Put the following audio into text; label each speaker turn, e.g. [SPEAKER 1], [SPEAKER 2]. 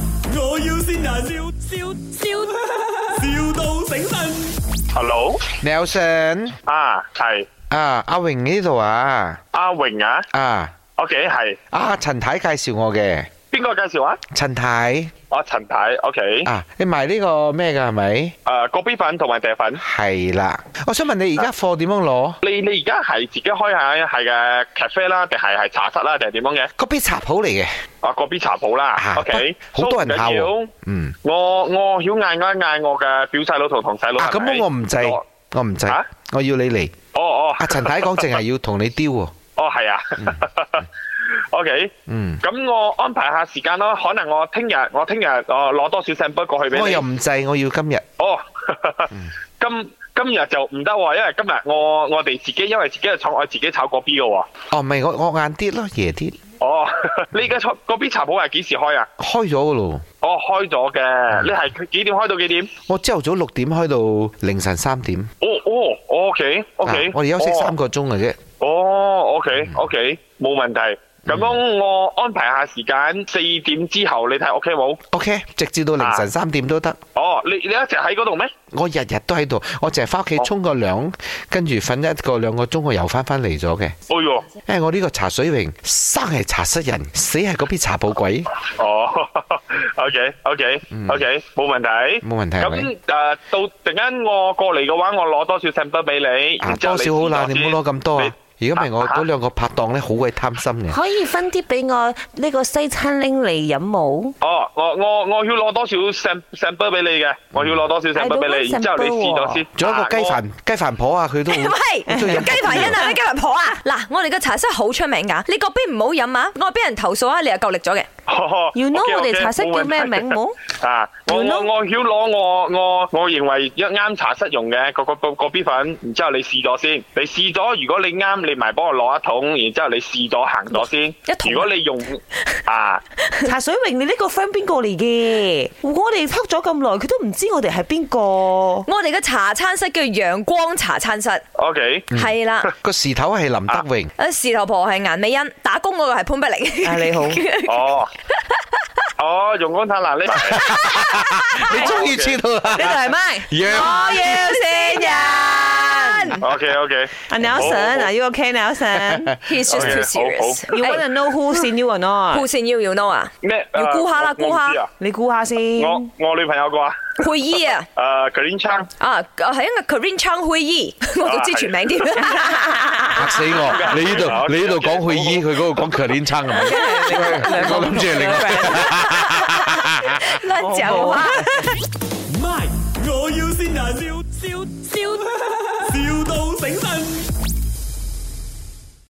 [SPEAKER 1] 要先人，笑笑笑，,笑到醒神。
[SPEAKER 2] Hello，
[SPEAKER 3] Nelson
[SPEAKER 2] 啊，係
[SPEAKER 3] 啊，阿榮呢度啊，
[SPEAKER 2] 阿榮啊
[SPEAKER 3] 啊
[SPEAKER 2] ，OK 係
[SPEAKER 3] 啊，陳太介紹我嘅，
[SPEAKER 2] 邊個介紹啊？
[SPEAKER 3] 陳太
[SPEAKER 2] 我陳太，OK，
[SPEAKER 3] 啊，你賣呢個咩㗎係咪？
[SPEAKER 2] 誒個啤粉同埋啤粉，
[SPEAKER 3] 係啦，我想問你而家貨點樣攞？
[SPEAKER 2] 你你而家係自己開下係嘅 cafe 啦，定係係茶室啦，定係點樣嘅？
[SPEAKER 3] 個邊插好嚟嘅，
[SPEAKER 2] 啊個 B 茶鋪啦
[SPEAKER 3] 啊
[SPEAKER 2] ，OK，
[SPEAKER 3] 不好多人
[SPEAKER 2] so
[SPEAKER 3] 敲喎
[SPEAKER 2] 唔緊要
[SPEAKER 3] 嗯，
[SPEAKER 2] 我我曉嗌我嗌我嘅表細佬同堂細佬。
[SPEAKER 3] 啊咁
[SPEAKER 2] 係咪
[SPEAKER 3] 我唔制，啊
[SPEAKER 2] 我
[SPEAKER 3] 我唔制
[SPEAKER 2] 啊，
[SPEAKER 3] 我要你嚟。
[SPEAKER 2] 哦哦
[SPEAKER 3] 阿陳太講淨係要同你丟喎，
[SPEAKER 2] 哦係啊 ，OK，
[SPEAKER 3] 嗯，
[SPEAKER 2] 咁我安排下時間咯，可能我聽日我聽日我攞多少 sample 過去俾你。
[SPEAKER 3] 我又唔制，我要今日。
[SPEAKER 2] 哦，
[SPEAKER 3] 嗯
[SPEAKER 2] 今今日就唔得喎，因為今日我我哋自己因為自己嘅廠，我自己炒嗰 B 嘅喎。
[SPEAKER 3] 哦，唔係我我晏啲咯，夜啲
[SPEAKER 2] 哦， 你嘅廠嗰 B 茶鋪係幾時開啊？
[SPEAKER 3] 開咗㗎咯。
[SPEAKER 2] 哦，開咗
[SPEAKER 3] 嗯
[SPEAKER 2] 嘅，你係幾點開到幾點？
[SPEAKER 3] 我朝頭早六點開到凌晨三點，
[SPEAKER 2] 哦哦，OK
[SPEAKER 3] 啊
[SPEAKER 2] OK，
[SPEAKER 3] 我哋休息三嗯個鐘嘅啫。
[SPEAKER 2] 哦，OK OK，冇問題。咁
[SPEAKER 3] 嗯
[SPEAKER 2] 樣我安排下時間，四點之後你睇 OK 冇？
[SPEAKER 3] OK，直至到凌晨三點都得。
[SPEAKER 2] 哦，你你一直喺嗰度咩？
[SPEAKER 3] 我日日都喺度，我淨係翻屋企沖個涼，跟住瞓一個兩個鐘，我又翻返嚟咗嘅。
[SPEAKER 2] 哎喲，
[SPEAKER 3] 因為我呢個茶水榮生係茶室人，死係嗰邊茶鋪鬼，
[SPEAKER 2] 哦 ，OK OK OK，冇問題。
[SPEAKER 3] 嗯冇問題係咪？
[SPEAKER 2] 咁誒，到陣間我過嚟嘅話，我攞多少 sample 俾你，
[SPEAKER 3] 啊，
[SPEAKER 2] 然之後
[SPEAKER 3] 多少好啦，你唔好攞咁多啊！如果唔係，我
[SPEAKER 2] 啊
[SPEAKER 3] 嗰兩個拍檔咧好鬼貪心嘅。
[SPEAKER 4] 可以分啲俾我呢個西餐拎嚟飲 冇？
[SPEAKER 2] 哦，我我我要攞多少 sam- sample 俾你嘅，我要攞多少 sample 俾
[SPEAKER 4] I don't
[SPEAKER 2] 你，
[SPEAKER 4] want
[SPEAKER 2] 然之後你試咗先。
[SPEAKER 3] 仲有一個雞
[SPEAKER 2] 啊
[SPEAKER 3] 飯雞飯婆啊，佢都好
[SPEAKER 5] 喂，
[SPEAKER 3] 好中意飲
[SPEAKER 5] 雞飯人啊，咩雞飯婆啊！嗱，我哋嘅茶室好出名噶，你嗰邊唔好飲啊！我俾人投訴啊，你又夠力咗嘅。
[SPEAKER 2] 我
[SPEAKER 4] You know
[SPEAKER 2] OK，OK，
[SPEAKER 4] 我哋茶室叫
[SPEAKER 2] 冇問
[SPEAKER 4] 咩
[SPEAKER 2] 題
[SPEAKER 4] 名冇？
[SPEAKER 2] 啊！我
[SPEAKER 4] You
[SPEAKER 2] 我
[SPEAKER 4] know？
[SPEAKER 2] 我曉攞我我我認為一啱茶室用嘅個個個個 B 粉，然之後你試咗先，你試咗如果你啱，你咪幫我攞一桶，然之後你試咗行咗先。
[SPEAKER 5] 一桶啊
[SPEAKER 2] 如果你用啊，
[SPEAKER 4] 茶水榮，你呢個 friend 邊個嚟嘅？我哋 talk 咗咁耐，佢都唔知我哋係邊 個。
[SPEAKER 5] 我哋嘅茶餐室叫陽光茶餐室，
[SPEAKER 4] 嗯
[SPEAKER 2] OK，
[SPEAKER 5] 係啦。
[SPEAKER 3] 個時頭係林德榮，
[SPEAKER 5] 誒，士頭婆係顏美欣，打工嗰個係潘碧
[SPEAKER 4] 啊，
[SPEAKER 5] 玲。
[SPEAKER 4] 你好，
[SPEAKER 2] 哦，哦，用光太難呢？
[SPEAKER 3] 你終於知道啦。
[SPEAKER 5] 呢度係咪？
[SPEAKER 3] 楊
[SPEAKER 5] 我要線人。
[SPEAKER 2] O K O K，
[SPEAKER 4] 阿
[SPEAKER 5] 啊
[SPEAKER 4] Nelson，Are 啊 you okay, Nelson?
[SPEAKER 5] He's just too serious.
[SPEAKER 4] You wanna know who's in you or not？
[SPEAKER 5] 酷線要要 know 啊？
[SPEAKER 2] 咩？
[SPEAKER 5] 要
[SPEAKER 2] 呃
[SPEAKER 5] 估下啦
[SPEAKER 2] 我
[SPEAKER 5] 估
[SPEAKER 2] 我唔
[SPEAKER 5] 下嗯
[SPEAKER 2] 知啊
[SPEAKER 4] 你估下先。
[SPEAKER 2] 我我女朋友個呃啊，
[SPEAKER 5] 佩姨啊，
[SPEAKER 2] 誒 Green c h a n
[SPEAKER 5] 啊係因為 Corinne Chang 佩姨， 我都知全 名添。
[SPEAKER 3] 嚇死我！你呢
[SPEAKER 2] 好
[SPEAKER 3] 度你呢度
[SPEAKER 2] 好
[SPEAKER 3] 講去醫，佢嗰度講 c l e 係咪？我諗住係另 外。
[SPEAKER 5] 亂講話。啊
[SPEAKER 1] 唔係，我要先人，笑笑笑，